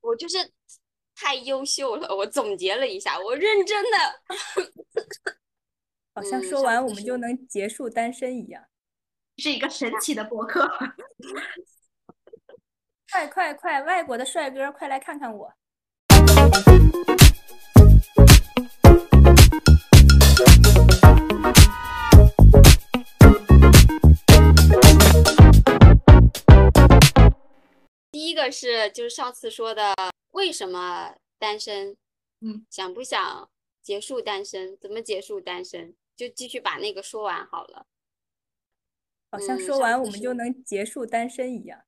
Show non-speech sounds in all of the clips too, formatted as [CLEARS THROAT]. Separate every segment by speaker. Speaker 1: 我就是太优秀了。我总结了一下，我认真的。
Speaker 2: 好
Speaker 3: 嗯
Speaker 2: 像说完我们就能结束单身一样，
Speaker 3: 是一个神奇的博客。
Speaker 2: 快快快！外国的帅哥，快来看看我！
Speaker 1: [LAUGHS] 第一个是就是上次说的，为什么单身？
Speaker 3: 嗯，
Speaker 1: 想不想结束单身？怎么结束单身？就继续把那个说完好了。
Speaker 2: 好像
Speaker 1: 嗯
Speaker 2: 说
Speaker 1: 上
Speaker 2: 完
Speaker 1: 次
Speaker 2: 我们就能结束单身一样。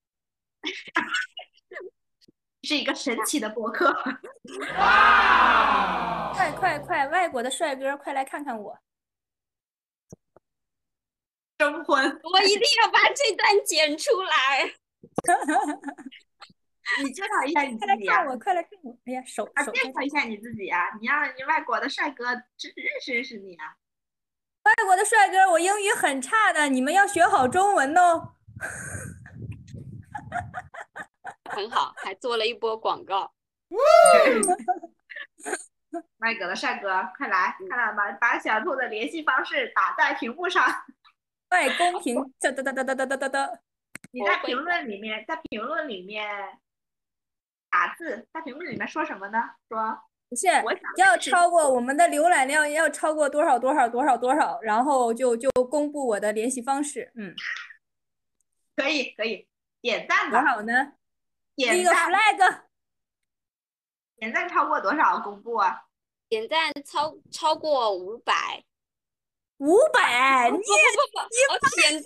Speaker 3: 是一个神奇的博客。 [LAUGHS]
Speaker 2: 快快快！外国的帅哥，快来看看我！
Speaker 3: 征婚，
Speaker 1: 我一定要把这段剪出来。 [LAUGHS]
Speaker 3: 你介绍一下你
Speaker 2: 哎快
Speaker 3: 自
Speaker 2: 来
Speaker 3: 己啊
Speaker 2: 看！我，快来看我！哎呀，手
Speaker 3: 啊，
Speaker 2: 手
Speaker 3: 介
Speaker 2: 在
Speaker 3: 绍一下你自己啊！你让你外国的帅哥知认识认识你啊！
Speaker 2: 外国的帅哥，我英语很差的，你们要学好中文哦。
Speaker 1: 很好，还做了一波广告。
Speaker 3: 外国的帅哥，快来，快来把把小兔的联系方式打在屏幕上，
Speaker 2: 外公平，哒哒哒哒哒哒哒哒哒。
Speaker 3: 你
Speaker 1: 我
Speaker 3: 在
Speaker 1: 会
Speaker 3: 评论里面，在评论里面打字，在评论里面说什么呢？说
Speaker 2: 不是，
Speaker 3: 我想
Speaker 2: 要
Speaker 3: 是
Speaker 2: 超过我们的浏览量要超过多少多少多少多少，然后就就公布我的联系方式。嗯，
Speaker 3: 可以可以，点赞
Speaker 2: 多
Speaker 3: 的，
Speaker 2: 少呢？立
Speaker 3: 点
Speaker 2: 个
Speaker 3: 赞
Speaker 2: flag，
Speaker 3: 点赞超过多少公布啊？
Speaker 1: 点赞超超过五百，
Speaker 2: 五
Speaker 1: [LAUGHS]
Speaker 2: 百，你
Speaker 1: 不不不，我点赞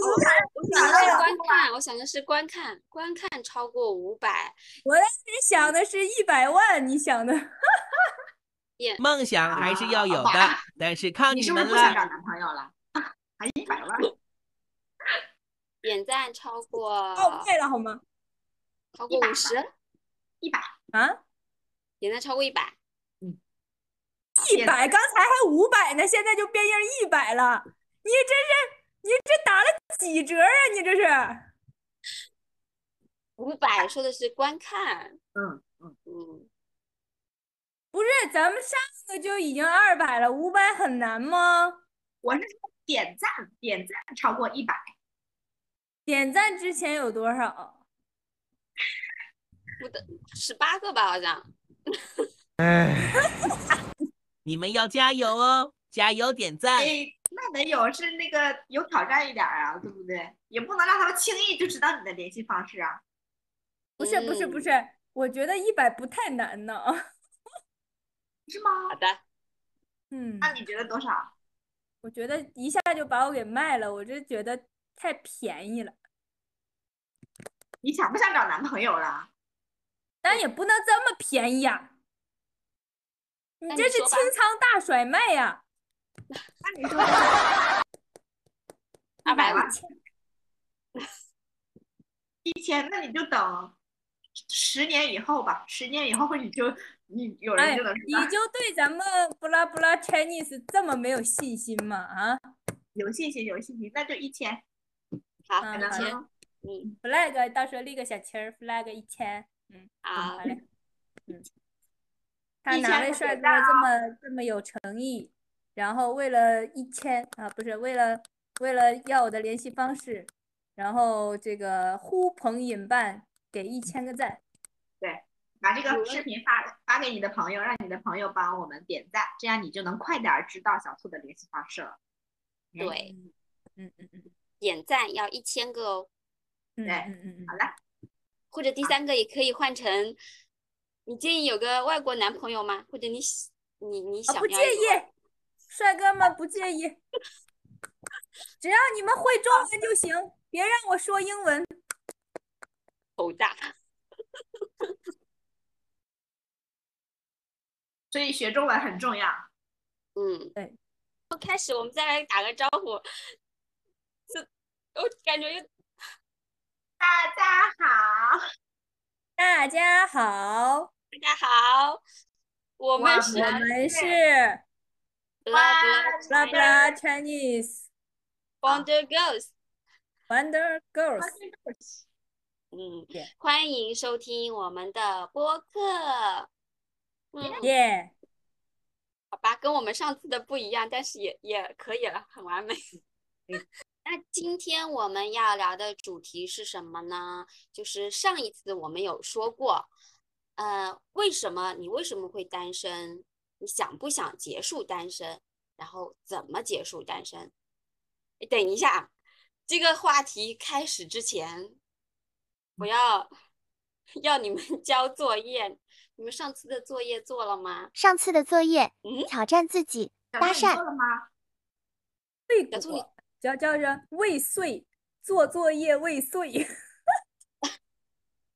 Speaker 3: 五百
Speaker 1: 我
Speaker 3: 赞
Speaker 1: 想的是
Speaker 3: 了
Speaker 1: 观看，我想的是观看，观看超过五百，
Speaker 2: 我当时想的是一百万，你想的
Speaker 4: 梦想还是要有的
Speaker 3: 哇，
Speaker 4: 但是靠
Speaker 3: 啊你是不是
Speaker 4: 们
Speaker 3: 不想
Speaker 4: 了。
Speaker 3: 找男朋友了？ [LAUGHS] 哎还一百万，
Speaker 1: 点赞超过
Speaker 2: 报卖了好吗？
Speaker 1: 超过
Speaker 3: 100
Speaker 1: 五十，
Speaker 3: 一百，
Speaker 2: 啊，
Speaker 1: 点赞超过一百，
Speaker 2: 一百，刚才还五百呢，现在就变成一百了。你这是你这打了几折啊？你这是
Speaker 1: 五百说的是观看，
Speaker 3: 嗯嗯，
Speaker 1: 嗯，
Speaker 2: 不是咱们上个就已经二百了，五百很难吗？
Speaker 3: 我是说点赞点赞超过一百，
Speaker 2: 点赞之前有多少？
Speaker 1: 不的十八个吧，好像
Speaker 4: [LAUGHS] 你们要加油哦，加油点
Speaker 1: 嗯
Speaker 4: 赞！
Speaker 3: 哎，那得有是那个有挑战一点儿啊，对不对？也不能让他们轻易就知道你的联系方式啊。
Speaker 2: 不是不是不
Speaker 1: 嗯
Speaker 2: 是，我觉得一百不太难呢。 [LAUGHS]
Speaker 3: 是吗？
Speaker 1: 好的，
Speaker 2: 嗯，
Speaker 3: 那你觉得多少？
Speaker 2: 我觉得一下就把我给卖了，我这觉得太便宜了。
Speaker 3: 你想不想找男朋友了？
Speaker 2: 但也不能这么便宜呀、你
Speaker 1: 那
Speaker 2: 这
Speaker 1: 你
Speaker 2: 是
Speaker 1: 说
Speaker 2: 清
Speaker 1: 吧
Speaker 2: 仓大甩卖呀、
Speaker 3: 那你说说
Speaker 1: 二百
Speaker 3: 万
Speaker 1: 万，
Speaker 3: 一千，那你就等十年以后吧。十年以后你就你有
Speaker 2: 哎
Speaker 3: 人就能啊知
Speaker 2: 你
Speaker 3: 道，
Speaker 2: 就对咱们布拉布拉 Chinese 这么没有信心吗？啊
Speaker 3: 有信心有信心，那就一千。
Speaker 1: 好，
Speaker 2: 嗯
Speaker 1: 一
Speaker 2: 好
Speaker 1: 千
Speaker 2: 的，
Speaker 1: 嗯，
Speaker 2: ，flag 到时候立个小旗儿，flag 一千，嗯，
Speaker 1: 好
Speaker 2: 好，嘞，嗯。 [LAUGHS] 看
Speaker 3: 啊一
Speaker 2: 哪
Speaker 3: 千
Speaker 2: 位
Speaker 3: 可
Speaker 2: 帅
Speaker 3: 别
Speaker 2: 哥
Speaker 3: 大
Speaker 2: 这么这么有诚意，然后为了一千啊，不是为了为了要我的联系方式，然后这个呼朋引伴给一千个赞。
Speaker 3: 把这
Speaker 1: 有
Speaker 2: 嗯
Speaker 3: 个
Speaker 1: 了
Speaker 3: 视频发发给你的朋友，让你的朋友帮我们点赞，这样你就能快点儿知道小兔的联系方式了。嗯
Speaker 1: 对，
Speaker 2: 嗯嗯嗯
Speaker 1: 点赞要一千个哦，
Speaker 2: 嗯
Speaker 3: 对
Speaker 2: 嗯嗯嗯
Speaker 3: 好了，
Speaker 1: 或者第三个也可以换成，你建议有个外国男朋友吗？或者你喜你你
Speaker 2: 啊，
Speaker 1: 想
Speaker 2: 不
Speaker 1: 要
Speaker 2: 介
Speaker 1: 一个
Speaker 2: 意，帅哥们不介意，只要你们会中文就行，别让我说英文。
Speaker 1: 头大，
Speaker 3: 所以学中文很重要。
Speaker 1: 嗯，
Speaker 2: 对。
Speaker 1: 开始我们再来打个招呼，这我感觉又
Speaker 3: 大家好，
Speaker 2: 大家好，
Speaker 1: 大家好，我
Speaker 3: 我
Speaker 1: 们是
Speaker 2: 我
Speaker 3: 们
Speaker 2: 们是
Speaker 1: 布拉布
Speaker 2: 布拉布拉 Chinese
Speaker 1: Wonder Girls，
Speaker 2: Wonder Girls，
Speaker 1: 嗯
Speaker 2: 对，
Speaker 1: 欢迎收听我们的播客。嗯，
Speaker 2: 耶、
Speaker 1: 好吧，跟我们上次的不一样，但是也也可以了，很完美。 [LAUGHS] 那今天我们要聊的主题是什么呢？就是上一次我们有说过，呃，为什么你为什么会单身？你想不想结束单身？然后怎么结束单身？诶等一下，啊这个话题开始之前，我要 [LAUGHS] 要你们 [LAUGHS] 交作业。你们上次的作业做了吗？
Speaker 5: 上次的作业
Speaker 1: 嗯，
Speaker 5: 挑战自己，
Speaker 3: 小
Speaker 5: 搭
Speaker 3: 兔你做
Speaker 5: 讪
Speaker 3: 了吗？
Speaker 2: 未
Speaker 1: 小助理
Speaker 2: 果叫叫着未遂，做作业未遂。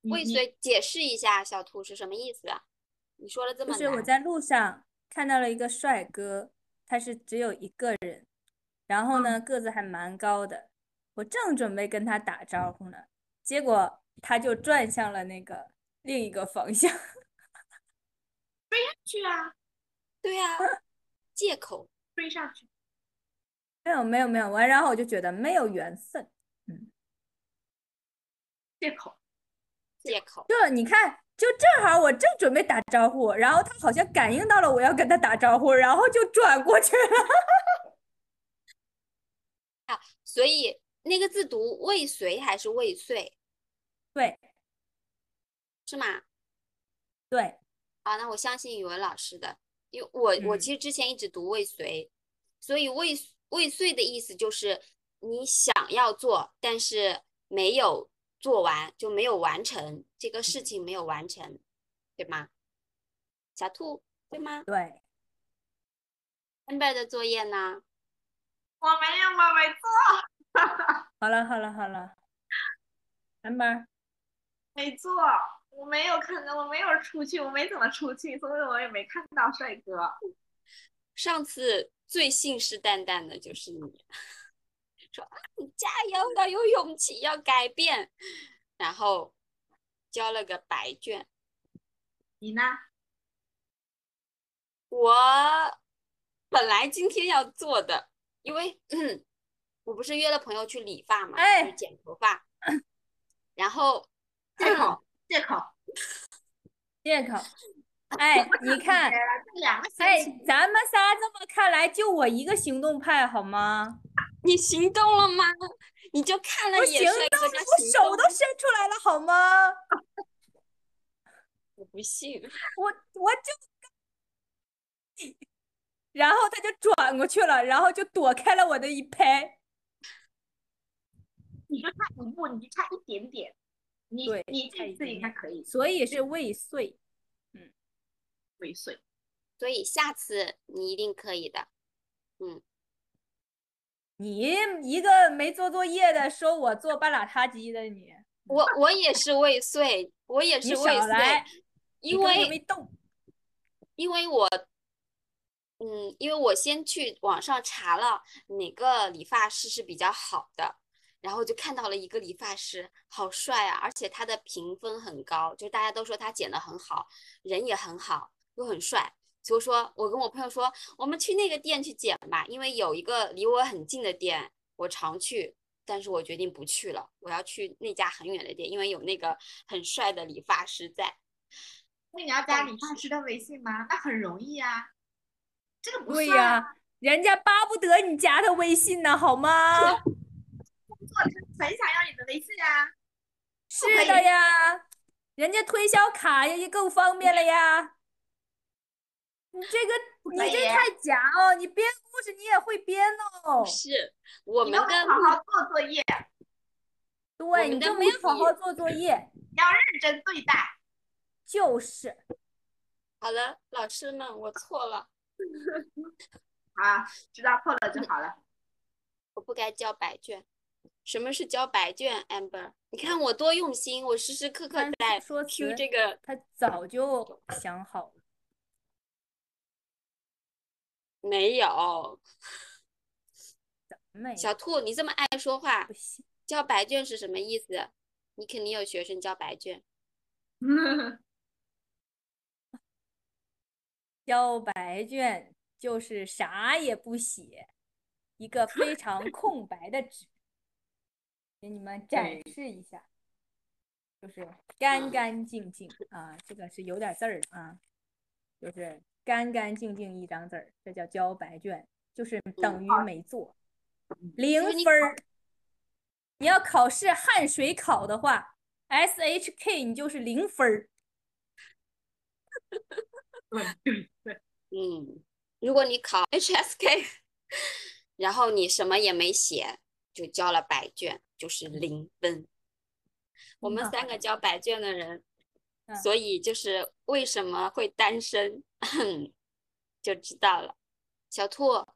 Speaker 3: 你
Speaker 1: 未
Speaker 3: 你
Speaker 1: 遂，解释一下小兔是什么意思啊？你说了这
Speaker 2: 就
Speaker 1: 么
Speaker 2: 是我
Speaker 1: 难，
Speaker 2: 在路上看到了一个帅哥，他是只有一个人，然后
Speaker 1: 嗯
Speaker 2: 呢个子还蛮高的，我正准备跟他打招呼呢，结果他就转向了那个另一个方向。 [LAUGHS]
Speaker 3: 去啊，
Speaker 1: 对啊，
Speaker 2: 嗯
Speaker 1: 借口。
Speaker 3: 追上去。
Speaker 2: 没有没有没有，完然后我就觉得没有缘分，
Speaker 3: 借口，
Speaker 1: 借口，
Speaker 2: 就你看，就正好我正准备打招呼，然后他好像感应到了我要跟他打招呼，然后就转过去了。 [LAUGHS]
Speaker 1: 所以那个字读未遂还是未遂
Speaker 2: 对
Speaker 1: 是吗？
Speaker 2: 对，
Speaker 1: 啊，那我相信语文老师的，因为我我
Speaker 2: 嗯
Speaker 1: 其实之前一直读未遂，所以未未遂的意思就是你想要做，但是没有做完，就没有完成这个事情，没有完成，对吗？小兔，对吗
Speaker 2: 对，
Speaker 1: ？amber 的作业呢？
Speaker 3: 我没有，我没做，
Speaker 2: 好了好了好了，amber，
Speaker 3: 没做，我没有看到，我没有出去，我没怎么出去，所以我也没看到帅哥。
Speaker 1: 上次最信誓旦旦的就是你，说啊，你加油，要有勇气，要改变，然后交了个白卷。
Speaker 3: 你呢？
Speaker 1: 我本来今天要做的，因为嗯我不是约了朋友去理发嘛，
Speaker 2: 哎
Speaker 1: 就是剪头发，然
Speaker 2: [CLEARS THROAT]
Speaker 1: 后
Speaker 3: 借口，借口。
Speaker 2: 借口。哎，你看，
Speaker 3: 这两个星
Speaker 2: 哎
Speaker 3: 期，
Speaker 2: 咱们仨这么看来，就我一个行动派，好吗？
Speaker 1: 你行动了吗？你就看了
Speaker 2: 我
Speaker 1: 野
Speaker 2: 行
Speaker 1: 帅哥，他
Speaker 2: 我
Speaker 1: 行
Speaker 2: 手
Speaker 1: 动
Speaker 2: 都伸出来了，好吗？
Speaker 1: 我不信，
Speaker 2: 我我就，然后他就转过去了，然后就躲开了我的一拍。
Speaker 3: 你就差一步，你就差一点点。你
Speaker 2: 对
Speaker 3: 你
Speaker 2: 差
Speaker 3: 这
Speaker 2: 一
Speaker 3: 次
Speaker 2: 点
Speaker 3: 应该
Speaker 2: 点
Speaker 3: 可以
Speaker 2: 所以是未遂。
Speaker 3: 未遂。
Speaker 1: 所以下次你一定可以的。
Speaker 2: 你一个没做作业的，说我做半拉塌鸡的你，
Speaker 1: [LAUGHS] 我我也是未遂，我也
Speaker 2: 你
Speaker 1: 是
Speaker 2: 少
Speaker 1: 未遂
Speaker 2: 来，
Speaker 1: 因
Speaker 2: 你根本就
Speaker 1: 为
Speaker 2: 没动。
Speaker 1: 因为我，嗯，因为我先去网上查了哪个理发师是比较好的，然后就看到了一个理发师，好帅啊，而且他的评分很高，就大家都说他剪得很好，人也很好，又很帅。所以说我跟我朋友说，我们去那个店去剪吧，因为有一个离我很近的店，我常去，但是我决定不去了，我要去那家很远的店，因为有那个很帅的理发师在。
Speaker 3: 那你要
Speaker 2: 哦
Speaker 3: 加
Speaker 1: 但
Speaker 3: 理发师的微信吗？那很容易啊，这个不
Speaker 2: 对
Speaker 3: 算啊
Speaker 2: 呀、人家巴不得你加他微信呢，好
Speaker 3: 啊
Speaker 2: 吗？
Speaker 3: 工作，他很想要你的微信啊。
Speaker 2: 是
Speaker 3: 可以
Speaker 2: 的呀，人家推销卡也更方便了呀。你这个，
Speaker 3: 可
Speaker 2: 你这
Speaker 3: 以
Speaker 2: 太假哦！你编故事你也会编哦
Speaker 1: 不。是，我
Speaker 3: 你
Speaker 1: 们
Speaker 3: 都没
Speaker 1: 的
Speaker 3: 好好做作业，
Speaker 2: 对，
Speaker 1: 们
Speaker 2: 你
Speaker 1: 的
Speaker 2: 就
Speaker 1: 目
Speaker 2: 没有好
Speaker 1: 的
Speaker 2: 好做作业，
Speaker 3: 你要认真对待。
Speaker 2: 就是
Speaker 1: 好了，老师们，我错了，
Speaker 3: 啊，知道错了就好了。 [LAUGHS]
Speaker 1: 我不该交白卷。什么是交白卷，amber？你看我多用心，我时时刻刻
Speaker 2: 但是
Speaker 1: 在
Speaker 2: 嗯说
Speaker 1: Q
Speaker 2: 辞
Speaker 1: 这个。
Speaker 2: 他早就想好了。
Speaker 1: 没有，
Speaker 2: 哎没
Speaker 1: 小兔，你这么爱说话
Speaker 2: 不，行，
Speaker 1: 交白卷是什么意思？你肯定有学生交白卷，
Speaker 2: 交白卷就是啥也不写，一个非常空白的纸，给你们展示一下。就是干干净净啊，这个是有点字儿的啊，就是干干净净一张字儿，这叫交白卷，就是
Speaker 1: 嗯
Speaker 2: 等于没做，零
Speaker 1: 就是你
Speaker 2: 分儿。你要考试汗水考的话，SHK 你就是零分儿。
Speaker 3: 对对对，
Speaker 1: 嗯，如果你考 [LAUGHS] HSK，然后你什么也没写，就交了白卷，就是零分。我们
Speaker 2: 嗯那
Speaker 1: 三
Speaker 2: 好
Speaker 1: 个
Speaker 2: 的
Speaker 1: 交白卷的人，
Speaker 2: 嗯
Speaker 1: 所以就是为什么会单身， [LAUGHS] 就知道了。小兔，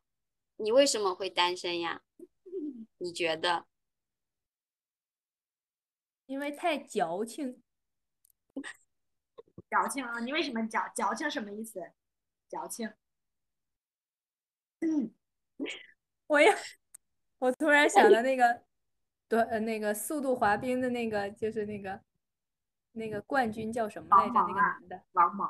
Speaker 1: 你为什么会单身呀？你觉得？
Speaker 2: 因为太矫情，
Speaker 3: 矫情啊！你为什么矫矫情什么意思？矫情。嗯，
Speaker 2: [LAUGHS] 我也，我突然想到那个，对，呃，那个速度滑冰的那个，就是那个，那个冠军叫什么来着？
Speaker 3: 王
Speaker 2: 那
Speaker 3: 蒙
Speaker 2: 个
Speaker 3: 啊
Speaker 2: 男的，
Speaker 3: 王
Speaker 2: [LAUGHS]
Speaker 3: 蒙，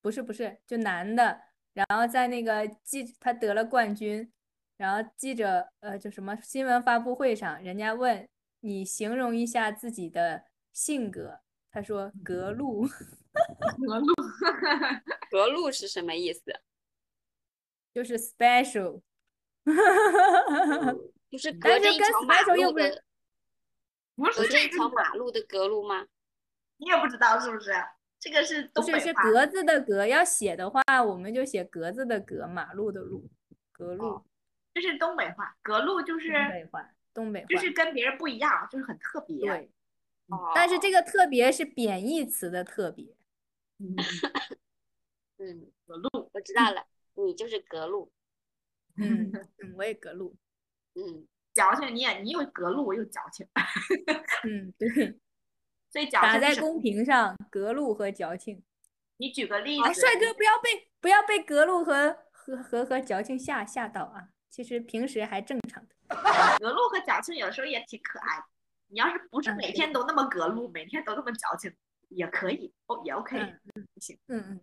Speaker 2: 不是不是，就男的，然后在那个记，他得了冠军，然后记者，呃，就什么新闻发布会上，人家问你形容一下自己的性格，他说格路， [LAUGHS]
Speaker 3: 格路，
Speaker 1: 格路是什么意思？
Speaker 2: [LAUGHS] 就是 special， [LAUGHS]
Speaker 1: 就是隔
Speaker 2: 但
Speaker 1: 着
Speaker 2: 是
Speaker 1: 一
Speaker 2: 跟
Speaker 1: 条马
Speaker 2: special 又
Speaker 1: 路
Speaker 2: 不是
Speaker 1: 的，
Speaker 3: 不是
Speaker 1: 隔着一
Speaker 3: 这
Speaker 2: [LAUGHS]
Speaker 1: 条
Speaker 3: 个，
Speaker 1: 马路的隔路吗？
Speaker 3: 你也不知道是不是？这个是
Speaker 2: 不
Speaker 3: 东
Speaker 2: 是
Speaker 3: 北
Speaker 2: 是
Speaker 3: 话，
Speaker 2: 格子的格，要写的话我们就写格子的格，马路的路，格路。
Speaker 3: 这是东北话。格路就是
Speaker 2: 东北话，东北话，
Speaker 3: 就是跟别人不一样，就是很特别。
Speaker 2: 对。嗯但
Speaker 1: 哦
Speaker 2: 是这个特别是贬义词的特别，
Speaker 3: 嗯，
Speaker 1: 哦，嗯，
Speaker 3: 格路，
Speaker 1: 我知道了，你就是隔路，
Speaker 2: 嗯，嗯我也格路，
Speaker 1: 嗯，
Speaker 3: 矫情，你也你又格路又矫情，
Speaker 2: 嗯，对，
Speaker 3: 所以矫情
Speaker 2: 打
Speaker 3: 是
Speaker 2: 在
Speaker 3: 什么
Speaker 2: 公屏上，格路和矫情。
Speaker 3: 你举个例
Speaker 2: 哎，
Speaker 3: 子，
Speaker 2: 帅哥，不要被不要被格路和和和和矫情吓吓到啊！其实平时还正常的。
Speaker 3: 格路和矫情有时候也挺可爱的。你要是不是
Speaker 2: 嗯
Speaker 3: 每
Speaker 2: 对
Speaker 3: 天都那么格路，每天都那么矫情，也可以哦，也 OK。
Speaker 2: 嗯嗯嗯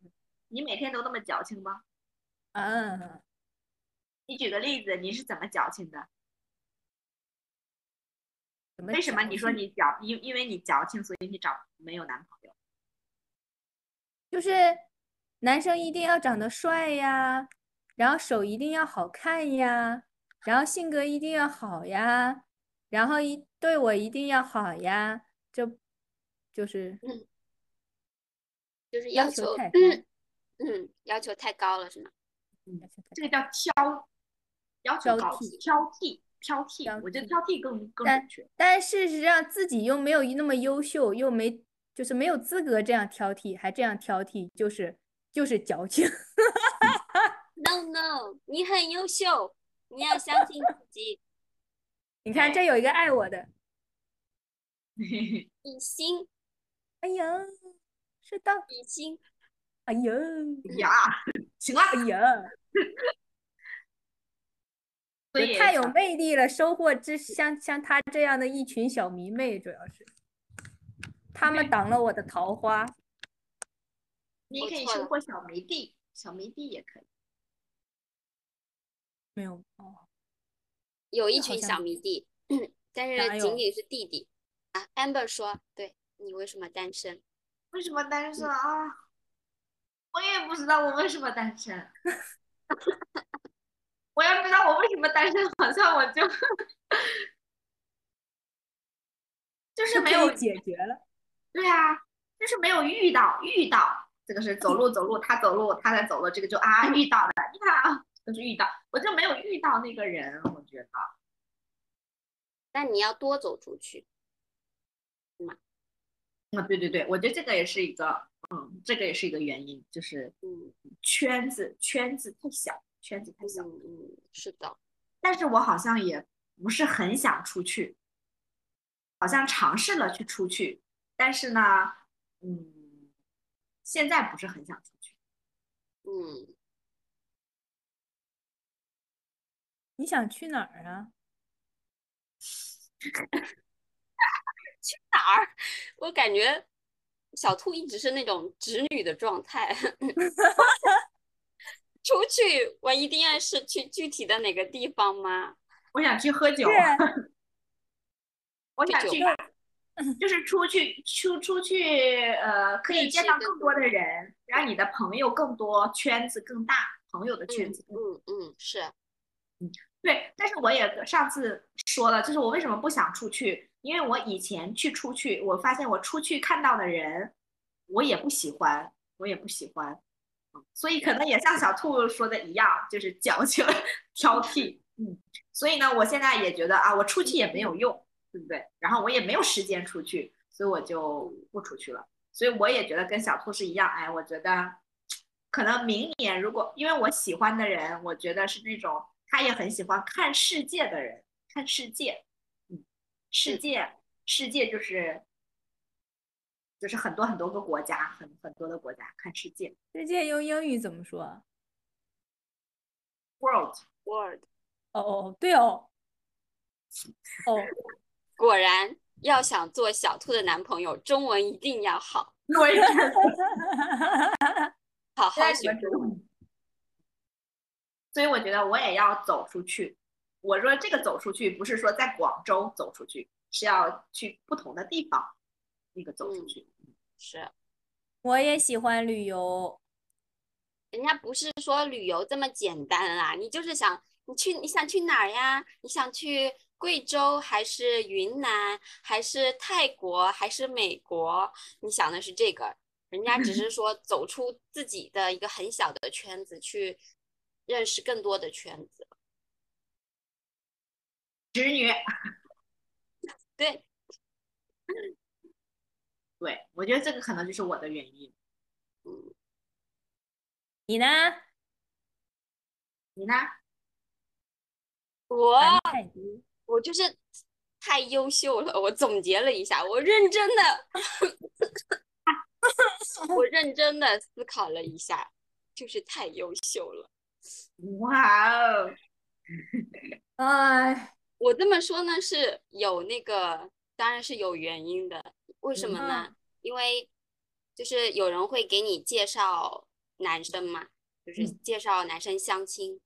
Speaker 3: 你每天都那么矫情吗？
Speaker 2: 嗯啊，
Speaker 3: 你举个例子，你是怎么矫情的？
Speaker 2: 怎么
Speaker 3: 为什么
Speaker 2: 矫
Speaker 3: 你说
Speaker 2: 情
Speaker 3: 你矫，因因为你矫情，所以你找没有男朋友？
Speaker 2: 就是男生一定要长得帅呀，然后手一定要好看呀，然后性格一定要好呀，然后一对我一定要好呀，这就是
Speaker 1: 就是
Speaker 2: 要求
Speaker 1: 求，
Speaker 2: 太高，
Speaker 1: 嗯嗯，要求太高了是吗？
Speaker 2: 要求太
Speaker 3: 这个叫挑，要
Speaker 2: 挑
Speaker 3: 求高，
Speaker 2: 剔
Speaker 3: 挑剔，挑
Speaker 2: 挑
Speaker 3: 剔，我觉得
Speaker 2: 剔
Speaker 3: 挑剔更更
Speaker 2: 但
Speaker 3: 准确。
Speaker 2: 但事实上自己又没有那么优秀，又没就是没有资格这样挑剔，还这样挑剔，就是就是矫情。 [LAUGHS]
Speaker 1: No no，你很优秀，你要相信自己，
Speaker 2: 你看，这有一个爱我的， [LAUGHS] 嗯
Speaker 1: 比心
Speaker 2: 哎呀，是的，
Speaker 1: 比心，
Speaker 2: 哎呀，
Speaker 3: 呀， [LAUGHS] 行了，
Speaker 2: 哎呀。
Speaker 3: 所
Speaker 2: 就
Speaker 3: 以
Speaker 2: 太有
Speaker 3: 小
Speaker 2: 魅力了，收获这像像他这样的一群小迷妹，主要是他们挡了我的桃花。
Speaker 3: 你也
Speaker 1: 我
Speaker 3: 可以
Speaker 1: 错
Speaker 3: 收
Speaker 1: 了
Speaker 3: 获小迷弟，小迷弟也可以。
Speaker 2: 没有哦，
Speaker 1: 有一
Speaker 2: 这好
Speaker 1: 群
Speaker 2: 像
Speaker 1: 小
Speaker 2: 没
Speaker 1: 迷弟，嗯但
Speaker 2: 哪
Speaker 1: 是
Speaker 2: 有
Speaker 1: 仅仅是弟弟啊。Amber 说，对你为什么单身？
Speaker 3: 为什么单身啊？
Speaker 2: 嗯
Speaker 3: 我也不知道我为什么单身。 [LAUGHS] 我要知道我为什么单身，好像我就 [LAUGHS] 就是
Speaker 2: 就
Speaker 3: 没
Speaker 2: 可以
Speaker 3: 有
Speaker 2: 解决了。
Speaker 3: 对啊，就是没有遇到遇到，这个是走路走路，他走路他在走路，这个就啊
Speaker 2: [LAUGHS]
Speaker 3: 遇到了，你看啊，都是遇到，我就没有遇到那个人，我觉得
Speaker 1: 那你要多走出去，
Speaker 3: 啊，对对对，我觉得这个也是一个，嗯，这个也是一个原因，就是
Speaker 1: 嗯
Speaker 3: 圈子圈子太小，圈子太
Speaker 1: 嗯
Speaker 3: 小。
Speaker 1: 嗯，是的，
Speaker 3: 但是我好像也不是很想出去，好像尝试了去出去，但是呢，嗯，现在不是很想出去。
Speaker 1: 嗯。
Speaker 2: 你想去哪儿啊？
Speaker 1: 哪儿？我感觉小兔一直是那种直女的状
Speaker 3: [LAUGHS]
Speaker 1: 态。出去，我一定要是去具体的哪个地方吗？
Speaker 3: 我想去喝酒，啊
Speaker 2: 是，
Speaker 3: 我想
Speaker 1: 去
Speaker 3: 去
Speaker 1: 酒
Speaker 2: 吧
Speaker 3: 就是出去出出去，呃，可以
Speaker 1: 认
Speaker 3: 见
Speaker 1: 识
Speaker 3: 到
Speaker 1: 更
Speaker 3: 更多的人，让你的朋友更多，圈子更大，朋友的圈子更
Speaker 1: 嗯嗯，是，
Speaker 3: 对，但是我也上次说了，就是我为什么不想出去，因为我以前去出去，我发现我出去看到的人，我也不喜欢，我也不喜欢，嗯所以可能也像小兔说的一样，就是矫情 [LAUGHS] 挑剔，嗯，所以呢，我现在也觉得啊，我出去也没有用，对不对？然后我也没有时间出去，所以我就不出去了。所以我也觉得跟小兔是一样，哎，我觉得可能明年如果因为我喜欢的人，我觉得是那种他也很喜欢看世界的人，看世界，嗯，世界，世界就是就是很多很多个国家，很很多的国家看世界
Speaker 2: 世界用英语怎么说？啊
Speaker 3: ，world，
Speaker 1: word，
Speaker 2: 哦哦，对哦，哦，
Speaker 1: 果然要想做小兔的男朋友，中文一定要好，
Speaker 3: 对，
Speaker 1: 好
Speaker 3: 现在
Speaker 1: 好
Speaker 3: 你
Speaker 1: 学
Speaker 3: 们。主动所以我觉得我也要走出去。我说这个走出去，不是说在广州走出去，是要去不同的地方，那个
Speaker 2: 嗯
Speaker 3: 走出去。
Speaker 1: 是，
Speaker 2: 我也喜欢旅游。
Speaker 1: 人家不是说旅游这么简单啦，你就是想你去你想去哪儿呀？你想去贵州还是云南，还是泰国，还是美国？你想的是这个，人家只是说走出自己的一个很小的圈子，去认识更多的圈子。
Speaker 3: 侄女，
Speaker 1: 对，
Speaker 3: 对我觉得这个可能就是我的原因。
Speaker 1: 嗯，
Speaker 2: 你呢？
Speaker 3: 你呢？
Speaker 1: 我
Speaker 3: 哦
Speaker 2: 凡太低
Speaker 1: 我就是太优秀了，我总结了一下，我认真的， [LAUGHS] 我认真的思考了一下，就是太优秀了。
Speaker 2: 嗯
Speaker 3: 哇哦，呃
Speaker 2: 哎，
Speaker 1: 我这么说呢，是有那个，当然是有原因的。为什么呢？
Speaker 2: 嗯
Speaker 1: 因为就是有人会给你介绍男生嘛，就是
Speaker 3: 嗯
Speaker 1: 介绍男生相亲，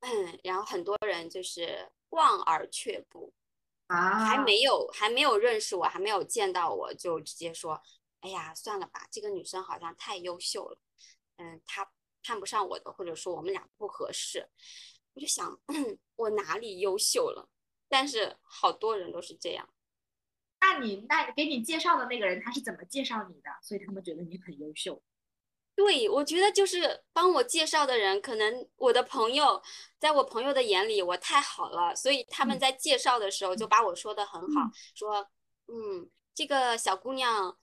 Speaker 1: 嗯，然后很多人就是望而却步，
Speaker 3: 啊，
Speaker 1: 还没有还没有认识我，还没有见到我就直接说，哎呀，算了吧，这个女生好像太优秀了，嗯，她看不上我的，或者说我们俩不合适。我就想， [CLEARS THROAT] 我哪里优秀了？但是好多人都是这样，
Speaker 3: 那你那给你介绍的那个人他是怎么介绍你的？所以他们觉得你很优秀。
Speaker 1: 对，我觉得就是帮我介绍的人，可能我的朋友，在我朋友的眼里我太好了，所以他们在介绍的时候就把我说的很好，说，嗯，这个小姑娘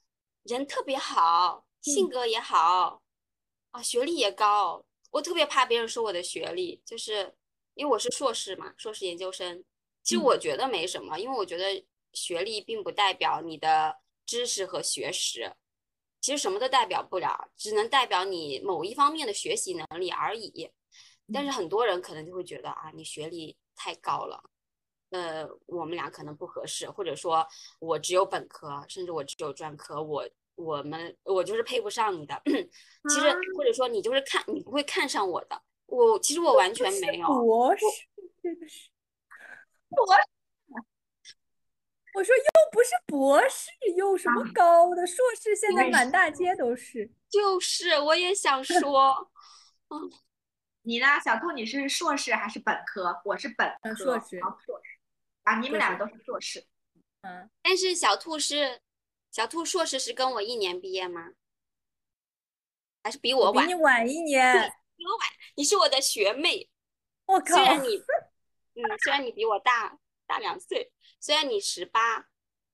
Speaker 1: 人特别好，性格也好，啊，学历也高。我特别怕别人说我的学历，就是因为我是硕士嘛，硕士研究生。其实
Speaker 3: 嗯
Speaker 1: 我觉得没什么，因为我觉得学历并不代表你的知识和学识。其实什么都代表不了，只能代表你某一方面的学习能力而已。但是很多人可能就会觉得啊，你学历太高了，呃，我们俩可能不合适，或者说我只有本科，甚至我只有专科，我我们我就是配不上你的。 [CLEARS THROAT] 其实
Speaker 3: 啊
Speaker 1: 或者说你就是看你不会看上我的，我其实我完全没有。
Speaker 2: 博士，这个是
Speaker 3: 博
Speaker 2: 士。我说又不是博士，有什么
Speaker 3: 啊
Speaker 2: 高的？硕士现
Speaker 3: 因
Speaker 2: 在
Speaker 3: 为
Speaker 2: 满
Speaker 3: 是
Speaker 2: 大街都是。
Speaker 1: 就是我也想说， [LAUGHS]
Speaker 3: 你呢，小兔，你是硕士还是本科？我是本科，
Speaker 2: 嗯硕士
Speaker 3: 然后硕士啊，你
Speaker 2: 硕
Speaker 3: 们两
Speaker 2: 士
Speaker 3: 个都是硕士。
Speaker 2: 嗯，
Speaker 1: 但是小兔是小兔硕士是跟我一年毕业吗？还是比我
Speaker 2: 比
Speaker 1: 晚？
Speaker 2: 你晚一年。
Speaker 1: 比我晚，你是我的学妹。
Speaker 2: 我
Speaker 1: 虽
Speaker 2: 靠，
Speaker 1: 然你，嗯，虽然你比我大大两岁，虽然你十八，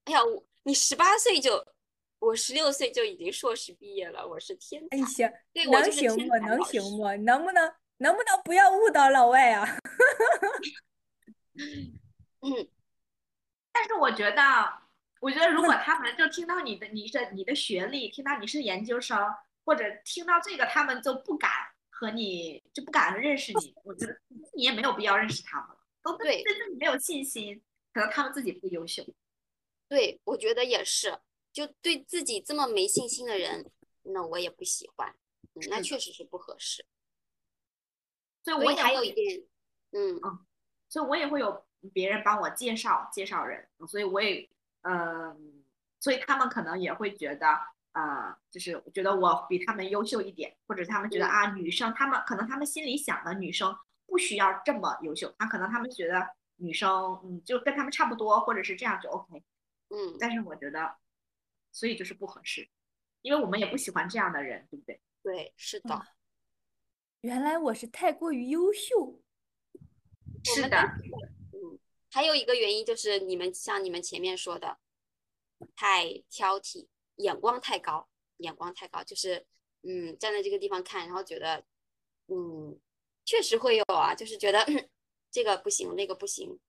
Speaker 1: 哎呀，我你十八岁就，我十六岁就已经硕士毕业了，我是天才
Speaker 2: 哎。行，
Speaker 1: 对，我
Speaker 2: 能
Speaker 1: 就是
Speaker 2: 行
Speaker 1: 天
Speaker 2: 不？
Speaker 1: 才
Speaker 2: 能
Speaker 1: 老
Speaker 2: 行
Speaker 1: 师
Speaker 2: 不？能不能能不能不要误导老外啊？ [LAUGHS]
Speaker 1: 嗯，
Speaker 3: 但是我觉得，我觉得如
Speaker 1: 嗯
Speaker 3: 果他们就听到你的、你的、你的学历，听到你是研究生，或者听到这个，他们就不敢和你就不敢认识你。我觉得你也没有必要认识他们了，都
Speaker 1: 对
Speaker 3: 对自己没有信心，可能他们自己不优秀。
Speaker 1: 对，我觉得也是，就对自己这么没信心的人，那我也不喜欢，嗯，那
Speaker 3: 是的
Speaker 1: 确实是不合适。
Speaker 3: 所以
Speaker 1: 所
Speaker 3: 我
Speaker 1: 以
Speaker 3: 也
Speaker 1: 还有
Speaker 3: 会
Speaker 1: 一点，嗯，
Speaker 3: 所以我也会有别人帮我介绍介绍人，所以我也嗯，所以他们可能也会觉得，呃，就是觉得我比他们优秀一点，或者他们
Speaker 1: 嗯
Speaker 3: 觉得啊，女生他们可能他们心里想的女生不需要这么优秀，他可能他们觉得女生嗯就跟他们差不多，或者是这样就 OK。
Speaker 1: 嗯，
Speaker 3: 但是我觉得，所以就是不合适，因为我们也不喜欢这样的人，对不对？
Speaker 1: 对，是的，
Speaker 2: 嗯原来我是太过于优秀，
Speaker 1: 我
Speaker 3: 是
Speaker 1: 们
Speaker 3: 的，
Speaker 1: 嗯，还有一个原因就是你们像你们前面说的，太挑剔，眼光太高，眼光太高，就是嗯，站在这个地方看，然后觉得，嗯，确实会有啊，就是觉得、 [COUGHS] 嗯这个不行，那个不行，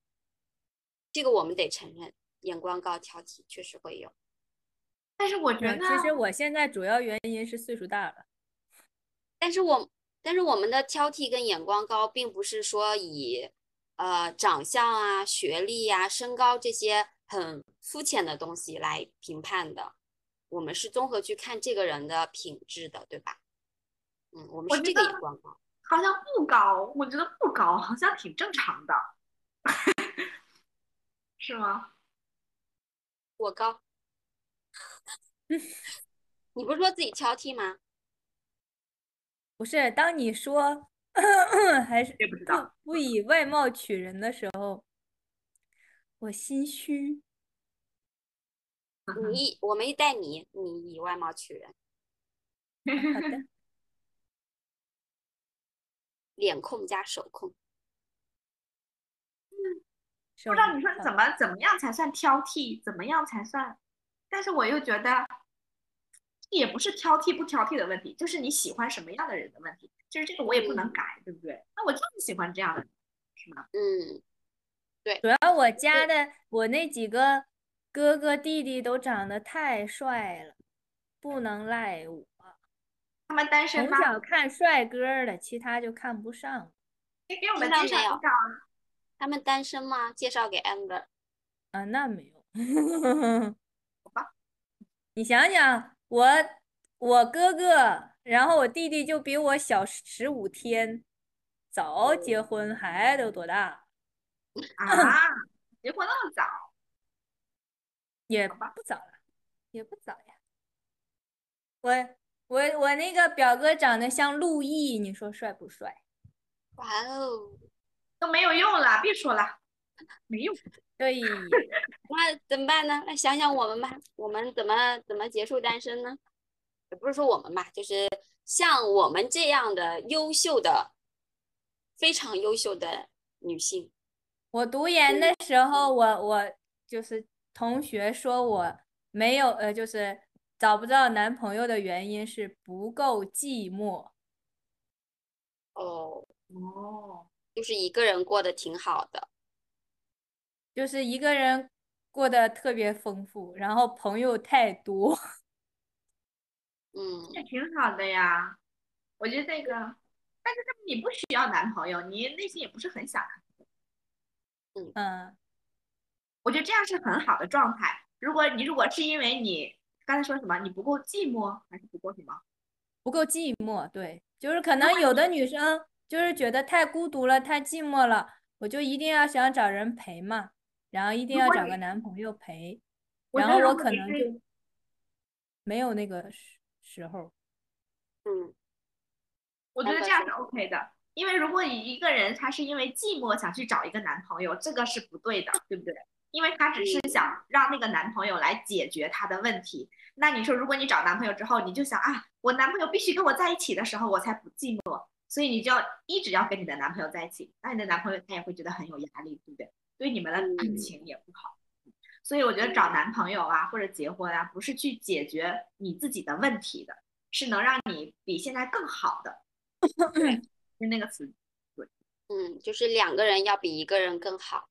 Speaker 1: 这个我们得承认，眼光高、挑剔确实会有。
Speaker 3: 但是我觉
Speaker 2: 嗯，
Speaker 3: 得，
Speaker 2: 其实我现在主要原因是岁数大了，
Speaker 1: 但是我但是我们的挑剔跟眼光高，并不是说以呃长相啊、学历呀、身高这些很肤浅的东西来评判的，我们是综合去看这个人的品质的，对吧？嗯，我们
Speaker 3: 我
Speaker 1: 是
Speaker 3: 觉
Speaker 1: 这个
Speaker 3: 得
Speaker 1: 眼光高。
Speaker 3: 好像不高，我觉得不高好像挺正常的， [LAUGHS] 是吗？
Speaker 1: 我
Speaker 3: [LAUGHS]
Speaker 1: 高，你不是说自己挑剔吗？
Speaker 2: 不是，当你说 [COUGHS] 还是
Speaker 3: 也不知
Speaker 2: 不
Speaker 1: 嗯
Speaker 3: 道
Speaker 2: 不以外貌取人的时候，我心虚。
Speaker 1: 你以我没带你，你以外貌取人，
Speaker 2: 好
Speaker 3: [LAUGHS]
Speaker 2: 的，
Speaker 1: 脸控加手控。
Speaker 2: 手
Speaker 3: 不知道
Speaker 1: 嗯
Speaker 3: 你说
Speaker 2: 好
Speaker 3: 怎么怎么样才算挑剔，怎么样才算？但是我又觉得，也不是挑剔不挑剔的问题，就是你喜欢什么样的人的问题。就是这个我也不能改，对不对？那我就是喜欢这样的人，是吗？
Speaker 1: 嗯，
Speaker 2: 主要我家的我那几个哥哥弟弟都长得太帅了，不能赖我。
Speaker 3: 他们单身
Speaker 2: 从
Speaker 3: 吗？
Speaker 2: 小看帅哥儿的，其他就看不上。
Speaker 3: 哎，给我们
Speaker 1: 听到
Speaker 3: 介绍
Speaker 1: 没有
Speaker 3: 介绍啊
Speaker 1: 他们单身吗？介绍给 Amber。
Speaker 2: 啊，那没有。 [LAUGHS]
Speaker 3: 好吧，
Speaker 2: 你想想，我我哥哥，然后我弟弟就比我小十五天，早结
Speaker 3: 哦
Speaker 2: 婚，孩子都多大？
Speaker 3: 啊！结婚那么早，
Speaker 2: 也
Speaker 3: 好吧
Speaker 2: 不早了，也不早呀。我我我那个表哥长得像陆毅，你说帅不帅？
Speaker 1: 哇哦，
Speaker 3: 都没有用了，别说了，没用。
Speaker 2: 对，
Speaker 1: 那怎么办呢？那想想我们吧，我们怎么怎么结束单身呢？也不是说我们吧，就是像我们这样的优秀的、非常优秀的女性，
Speaker 2: 我读研的时候，我我就是同学说我没有呃，就是找不到男朋友的原因是不够寂寞。
Speaker 1: 哦，
Speaker 3: 哦，
Speaker 1: 就是一个人过得挺好的，
Speaker 2: 就是一个人过得特别丰富，然后朋友太多。
Speaker 1: 嗯，
Speaker 3: 也挺好的呀。我觉得这个，但是你不需要男朋友，你内心也不是很想谈。
Speaker 2: 嗯，
Speaker 3: 我觉得这样是很好的状态。如果你如果是因为你刚才说什么，你不够寂寞，还是不够什么？
Speaker 2: 不够寂寞，对，就是可能有的女生就是觉得太孤独了，太寂寞了，我就一定要想找人陪嘛，然后一定
Speaker 3: 如
Speaker 2: 要
Speaker 3: 果
Speaker 2: 找
Speaker 3: 你
Speaker 2: 个男朋友陪，
Speaker 3: 我
Speaker 2: 然
Speaker 3: 觉
Speaker 2: 后
Speaker 3: 得
Speaker 2: 我
Speaker 3: 如果
Speaker 2: 可
Speaker 3: 你
Speaker 2: 能
Speaker 3: 是
Speaker 2: 就没有那个时时候。
Speaker 1: 嗯，
Speaker 3: 我觉
Speaker 1: 那
Speaker 3: 得
Speaker 1: 个
Speaker 3: 这样
Speaker 1: 是
Speaker 3: 是 OK 的，因为如果一个人他是因为寂寞想去找一个男朋友，这个是不对的，对不对？因为他只是想让那个男朋友来解决他的问题。那你说，如果你找男朋友之后，你就想啊，我男朋友必须跟我在一起的时候，我才不寂寞，所以你就要一直要跟你的男朋友在一起，那你的男朋友他也会觉得很有压力，对不对？对你们的感
Speaker 1: 嗯
Speaker 3: 情也不好。所以我觉得找男朋友啊，或者结婚啊，不是去解决你自己的问题的，是能让你比现在更好的。对，就那个词，
Speaker 1: 嗯，就是两个人要比一个人更好。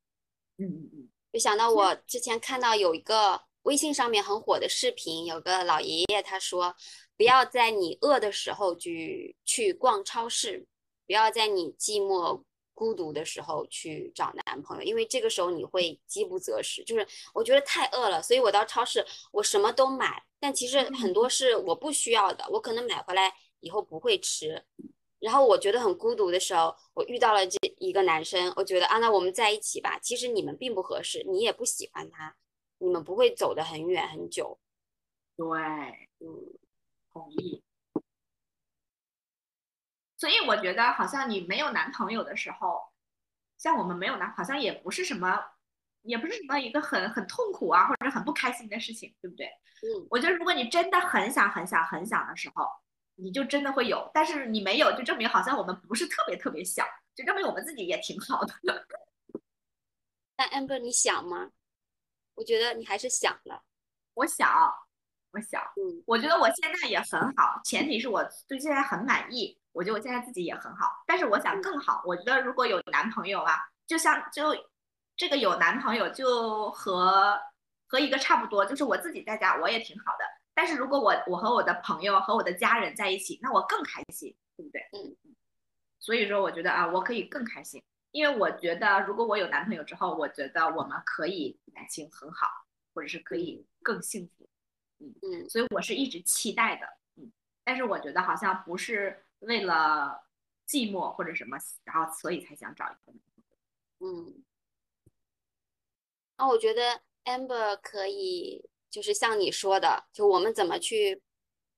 Speaker 3: 嗯嗯嗯，
Speaker 1: 就想到我之前看到有一个微信上面很火的视频，有个老爷爷他说，不要在你饿的时候去去逛超市，不要在你寂寞孤独的时候去找男朋友，因为这个时候你会饥不择食。就是我觉得太饿了，所以我到超市我什么都买，但其实很多是我不需要的，我可能买回来以后不会吃。然后我觉得很孤独的时候，我遇到了这一个男生，我觉得啊，那我们在一起吧。其实你们并不合适，你也不喜欢他，你们不会走得很远很久。
Speaker 3: 对，
Speaker 1: 嗯，
Speaker 3: 同意。所以我觉得，好像你没有男朋友的时候，像我们没有男，好像也不是什么，也不是什么一个很很痛苦啊，或者很不开心的事情，对不对？
Speaker 1: 嗯，
Speaker 3: 我觉得，如果你真的很想、很想、很想的时候，你就真的会有；但是你没有，就证明好像我们不是特别特别想，就证明我们自己也挺好的。
Speaker 1: 但 Amber 你想吗？我觉得你还是想了。
Speaker 3: 我想，我想，
Speaker 1: 嗯，
Speaker 3: 我觉得我现在也很好，前提是我对现在很满意。我觉得我现在自己也很好，但是我
Speaker 1: 嗯
Speaker 3: 想更好。我觉得如果有男朋友啊，就像就这个有男朋友就和和一个差不多，就是我自己在家我也挺好的。但是如果我我和我的朋友和我的家人在一起，那我更开心，对不对？
Speaker 1: 嗯。
Speaker 3: 所以说，我觉得啊，我可以更开心，因为我觉得如果我有男朋友之后，我觉得我们可以感情很好，或者是可以更幸福。
Speaker 1: 嗯，
Speaker 3: 所以我是一直期待的，嗯，但是我觉得好像不是为了寂寞或者什么，然后所以才想找一个男朋友。
Speaker 1: 嗯，那我觉得 Amber 可以，就是像你说的，就我们怎么去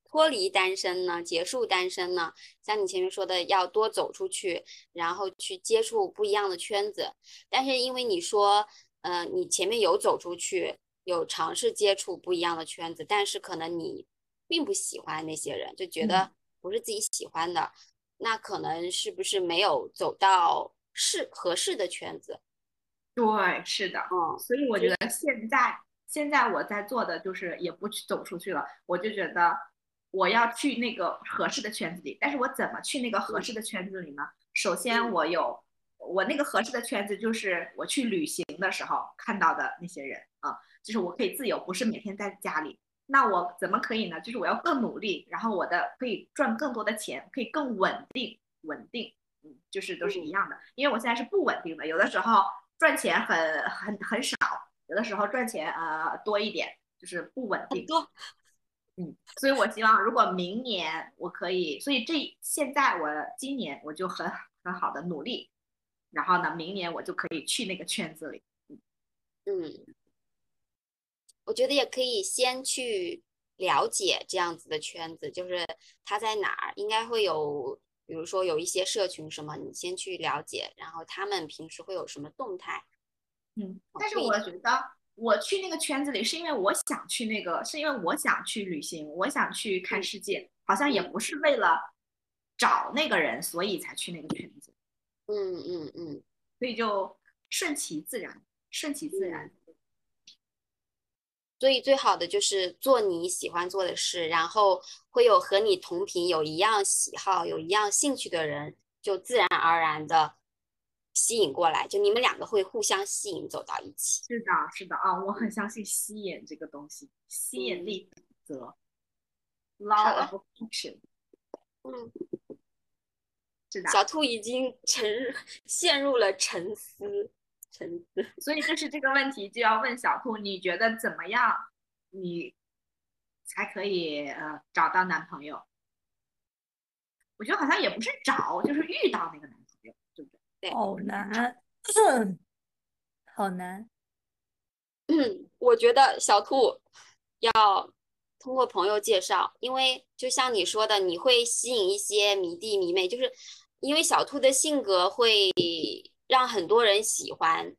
Speaker 1: 脱离单身呢？结束单身呢？像你前面说的，要多走出去，然后去接触不一样的圈子。但是因为你说，呃，你前面有走出去，有尝试接触不一样的圈子，但是可能你并不喜欢那些人，就觉得不是自己喜欢的。那可能是不是没有走到适合适的圈子？
Speaker 3: 对，是的，
Speaker 1: 嗯
Speaker 3: 所以我觉得现在现在我在做的就是也不去走出去了，我就觉得我要去那个合适的圈子里，但是我怎么去那个合适的圈子里呢？首先
Speaker 1: 嗯
Speaker 3: 我有我那个合适的圈子，就是我去旅行的时候看到的那些人啊，就是我可以自由，不是每天在家里。那我怎么可以呢？就是我要更努力，然后我的可以赚更多的钱，可以更稳定，稳定，嗯，就是都是一样的。因为我现在是不稳定的，有的时候赚钱很很很少，有的时候赚钱呃多一点，就是不稳定
Speaker 1: 很。多，
Speaker 3: 嗯，所以我希望如果明年我可以，所以这现在我今年我就很很好的努力，然后呢，明年我就可以去那个圈子里。
Speaker 1: 嗯，我觉得也可以先去了解这样子的圈子，就是他在哪儿，应该会有，比如说有一些社群什么，你先去了解，然后他们平时会有什么动态，
Speaker 3: 嗯，但是
Speaker 1: 可以
Speaker 3: 我觉得我去那个圈子里，是因为我想去那个，是因为我想去旅行，我想去看世界，好像也不是为了找那个人，所以才去那个圈子，
Speaker 1: 嗯嗯嗯，
Speaker 3: 所以就顺其自然，顺其自然。
Speaker 1: 所以最好的就是做你喜欢做的事，然后会有和你同频、有一样喜好、有一样兴趣的人，就自然而然的吸引过来，就你们两个会互相吸引，走到一起。
Speaker 3: 是的，是的啊，我很相信吸引这个东西，吸
Speaker 1: 嗯
Speaker 3: 引力法则
Speaker 1: 好
Speaker 3: ，law
Speaker 1: 了
Speaker 3: of attraction，
Speaker 1: 嗯，
Speaker 3: 是的。
Speaker 1: 小兔已经沉入 [LAUGHS] 陷入了沉思，沉思。
Speaker 3: 所以就是这个问题就要问小兔，你觉得怎么样，你才可以呃找到男朋友？我觉得好像也不是找，就是遇到那个男朋友，对不对？
Speaker 2: 好难，嗯好难。
Speaker 1: [CLEARS THROAT] 我觉得小兔要通过朋友介绍，因为就像你说的，你会吸引一些迷弟迷妹，就是因为小兔的性格会让很多人喜欢，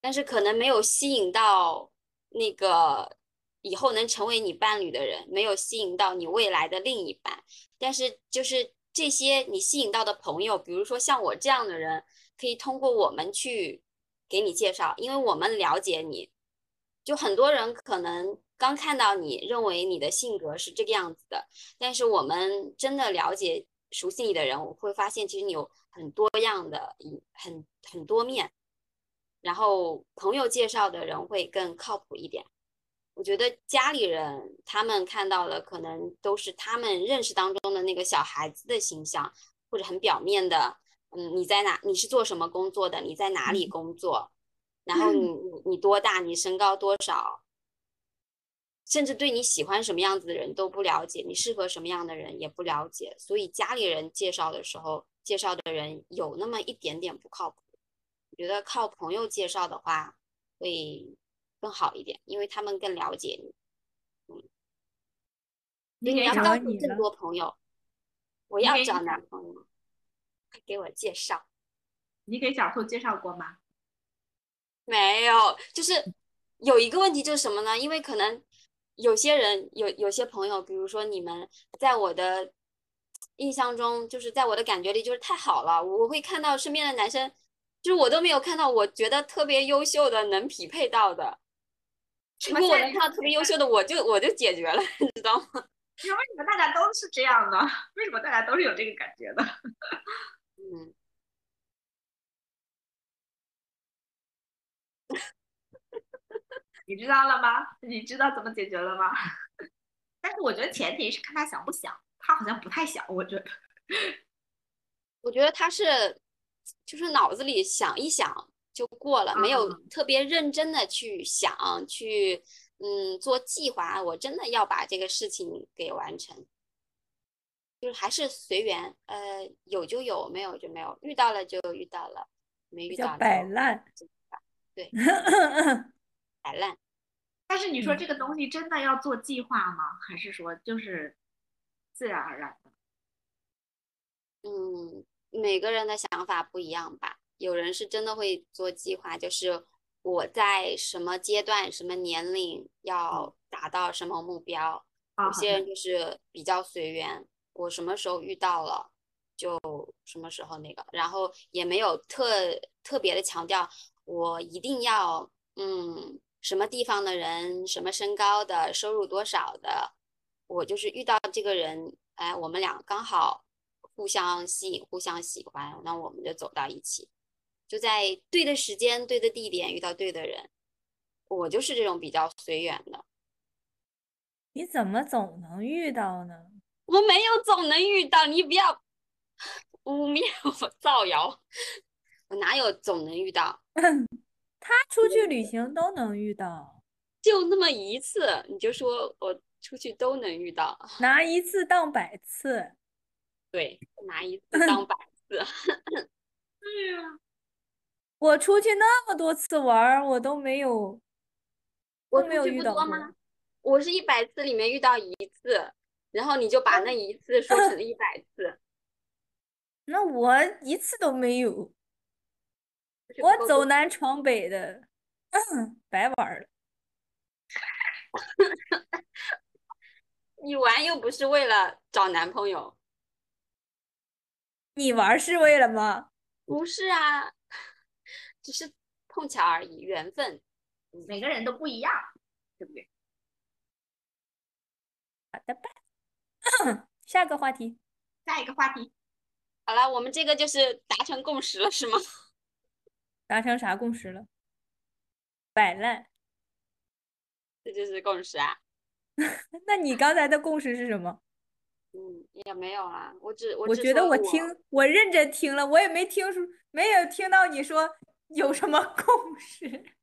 Speaker 1: 但是可能没有吸引到那个以后能成为你伴侣的人，没有吸引到你未来的另一半。但是就是这些你吸引到的朋友，比如说像我这样的人，可以通过我们去给你介绍，因为我们了解你。就很多人可能刚看到你，认为你的性格是这个样子的，但是我们真的了解、熟悉你的人，我会发现其实你有很多样的一、很很多面。然后朋友介绍的人会更靠谱一点。我觉得家里人他们看到的可能都是他们认识当中的那个小孩子的形象，或者很表面的，嗯，你在哪？你是做什么工作的？你在哪
Speaker 2: 嗯
Speaker 1: 里工作？然后你你你多大？你身高多少？甚至对你喜欢什么样子的人都不了解，你适合什么样的人也不了解，所以家里人介绍的时候，介绍的人有那么一点点不靠谱。我觉得靠朋友介绍的话，会更好一点，因为他们更了解你。
Speaker 2: 你
Speaker 1: 你
Speaker 2: 给
Speaker 1: 要
Speaker 2: 找
Speaker 1: 告
Speaker 2: 你
Speaker 1: 诉更
Speaker 2: 呢
Speaker 1: 多朋友，我
Speaker 3: 你
Speaker 1: 要
Speaker 3: 给
Speaker 1: 找
Speaker 3: 你
Speaker 1: 男朋友，快给我介绍。
Speaker 3: 你给小兔介绍过吗？
Speaker 1: 没有，就是有一个问题就是什么呢？因为可能有些人有有些朋友，比如说你们，在我的印象中，就是在我的感觉里，就是太好了。我会看到身边的男生，就是我都没有看到我觉得特别优秀的能匹配到的。
Speaker 3: 什
Speaker 1: 如
Speaker 3: 么
Speaker 1: 果我
Speaker 3: 现
Speaker 1: 能看到特别优秀的，我就我就解决了，你知道吗？
Speaker 3: 其实为什么大家都是这样呢？ [LAUGHS] 为什么大家都是有这个感觉的？
Speaker 1: 嗯，
Speaker 3: 你知道了吗？ [LAUGHS] 你知道怎么解决了吗？ [LAUGHS] 但是我觉得前提是看他想不想，他好像不太想，我觉得。
Speaker 1: 我觉得他是就是脑子里想一想就过了，没有
Speaker 2: 啊
Speaker 1: 特别认真的去想去嗯做计划，我真的要把这个事情给完成，就是还是随缘，呃，有就有，没有就没有，遇到了就遇到了，没遇
Speaker 2: 比较
Speaker 1: 到就
Speaker 2: 摆烂
Speaker 1: 就
Speaker 2: [LAUGHS]
Speaker 1: 摆烂。
Speaker 3: 但是你说
Speaker 2: 嗯
Speaker 3: 这个东西真的要做计划吗？还是说就是自然而然的？
Speaker 1: 嗯，每个人的想法不一样吧。有人是真的会做计划，就是我在什么阶段、什么年龄
Speaker 2: 嗯
Speaker 1: 要达到什么目标。
Speaker 3: 啊，
Speaker 1: 有
Speaker 3: 好
Speaker 1: 些
Speaker 3: 像
Speaker 1: 人就是比较随缘，我什么时候遇到了就什么时候那个，然后也没有特特别的强调我一定要嗯什么地方的人、什么身高的、收入多少的，我就是遇到这个人，哎，我们俩刚好互相吸引、互相喜欢，那我们就走到一起，就在对的时间、对的地点遇到对的人，我就是这种比较随缘的。
Speaker 2: 你怎么总能遇到呢？
Speaker 1: 我没有总能遇到，你不要污蔑我、造谣， [LAUGHS] 我哪有总能遇到？
Speaker 2: 他出去
Speaker 1: 嗯
Speaker 2: 旅行都能遇到，
Speaker 1: 就那么一次，你就说我出去都能遇到，
Speaker 2: 拿一次当百次。
Speaker 1: 对，拿一次当
Speaker 2: [LAUGHS]
Speaker 1: 百。
Speaker 3: 对呀、
Speaker 2: 我出去那么多次玩儿，我都没有，
Speaker 1: 我
Speaker 2: 都没
Speaker 1: 出
Speaker 2: 有
Speaker 1: 去
Speaker 2: 遇
Speaker 1: 不
Speaker 2: 到
Speaker 1: 多
Speaker 2: 过
Speaker 1: 吗？我是一百次里面遇到一次，然后你就把那一次说成一百次，
Speaker 2: 那我一次都没有，
Speaker 1: 就是不
Speaker 2: [LAUGHS] 我
Speaker 1: 够
Speaker 2: 走
Speaker 1: 多
Speaker 2: 南闯北的，白玩儿了。
Speaker 1: 你玩又不是为了找男朋友，
Speaker 2: 你玩儿是为了吗？
Speaker 1: 不是啊， [LAUGHS] 只是碰巧而已，缘分。
Speaker 3: 每个人都不一样，对不对？
Speaker 2: 好的吧。 [COUGHS] 下个话题，
Speaker 3: 下一个话题，
Speaker 1: 好了，我们这个就是达成共识了，是吗？
Speaker 2: 达成啥共识了？摆烂。
Speaker 1: 这就是共识啊。
Speaker 2: 那你刚才的共识是什么？
Speaker 1: 嗯，也没有啦，我只我
Speaker 2: 我
Speaker 1: 只
Speaker 2: 觉得
Speaker 1: 说
Speaker 2: 我听，我认真听了，我也没听出，没有听到你说有什么 [LAUGHS] 共识。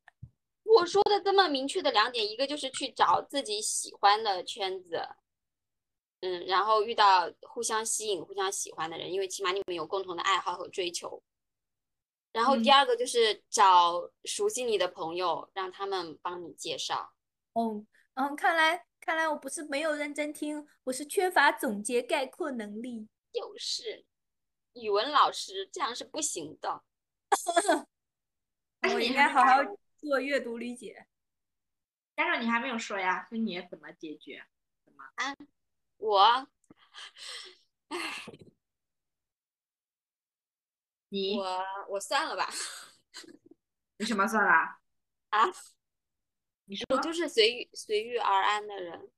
Speaker 1: 我说的这么明确的两点，一个就是去找自己喜欢的圈子，嗯，然后遇到互相吸引、互相喜欢的人，因为起码你们有共同的爱好和追求。然后第
Speaker 2: 嗯
Speaker 1: 二个就是找熟悉你的朋友，让他们帮你介绍。
Speaker 2: 哦，嗯，看来看来我不是没有认真听，我是缺乏总结概括能力。
Speaker 1: 就是语文老师这样是不行的，
Speaker 3: 但是
Speaker 2: 我
Speaker 3: 你
Speaker 2: 应该
Speaker 3: 还没
Speaker 2: 好好
Speaker 3: 看
Speaker 2: 做阅读理解。
Speaker 3: 但是你还没有说呀，就你怎么解决？
Speaker 1: 我
Speaker 3: 你
Speaker 1: 我我算了吧，
Speaker 3: 你什么算了？
Speaker 1: 啊，
Speaker 3: 你说
Speaker 2: 啊
Speaker 1: 我就是随遇随遇而安的人。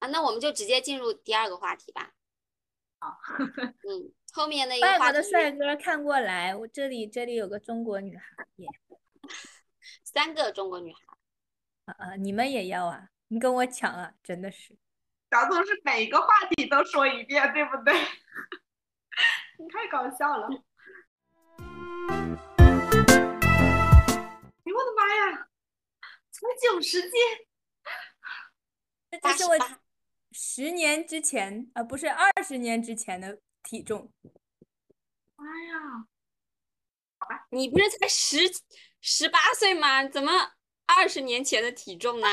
Speaker 1: 啊，那我们就直接进入第二个话题吧。
Speaker 2: [LAUGHS]
Speaker 3: 好，
Speaker 1: 嗯，后面的一个
Speaker 2: 外
Speaker 1: 话
Speaker 2: 国的，
Speaker 1: 题
Speaker 2: 帅哥看过来，我这里这里有个中国女孩耶，
Speaker 1: 三个中国女孩，
Speaker 2: 啊啊，你们也要啊？你跟我抢啊？真的是，
Speaker 3: 小总是每个话题都说一遍，对 [LAUGHS] 不对？你太搞笑了！哎呦我的妈呀，才九十斤！
Speaker 2: 这
Speaker 1: 八
Speaker 2: 这是
Speaker 1: 十
Speaker 2: 我
Speaker 1: 八，
Speaker 2: 十年之前啊，不是二十年之前的体重。
Speaker 3: 哎呀，
Speaker 1: 你不是才十十八岁吗？怎么二十年前的体重呢？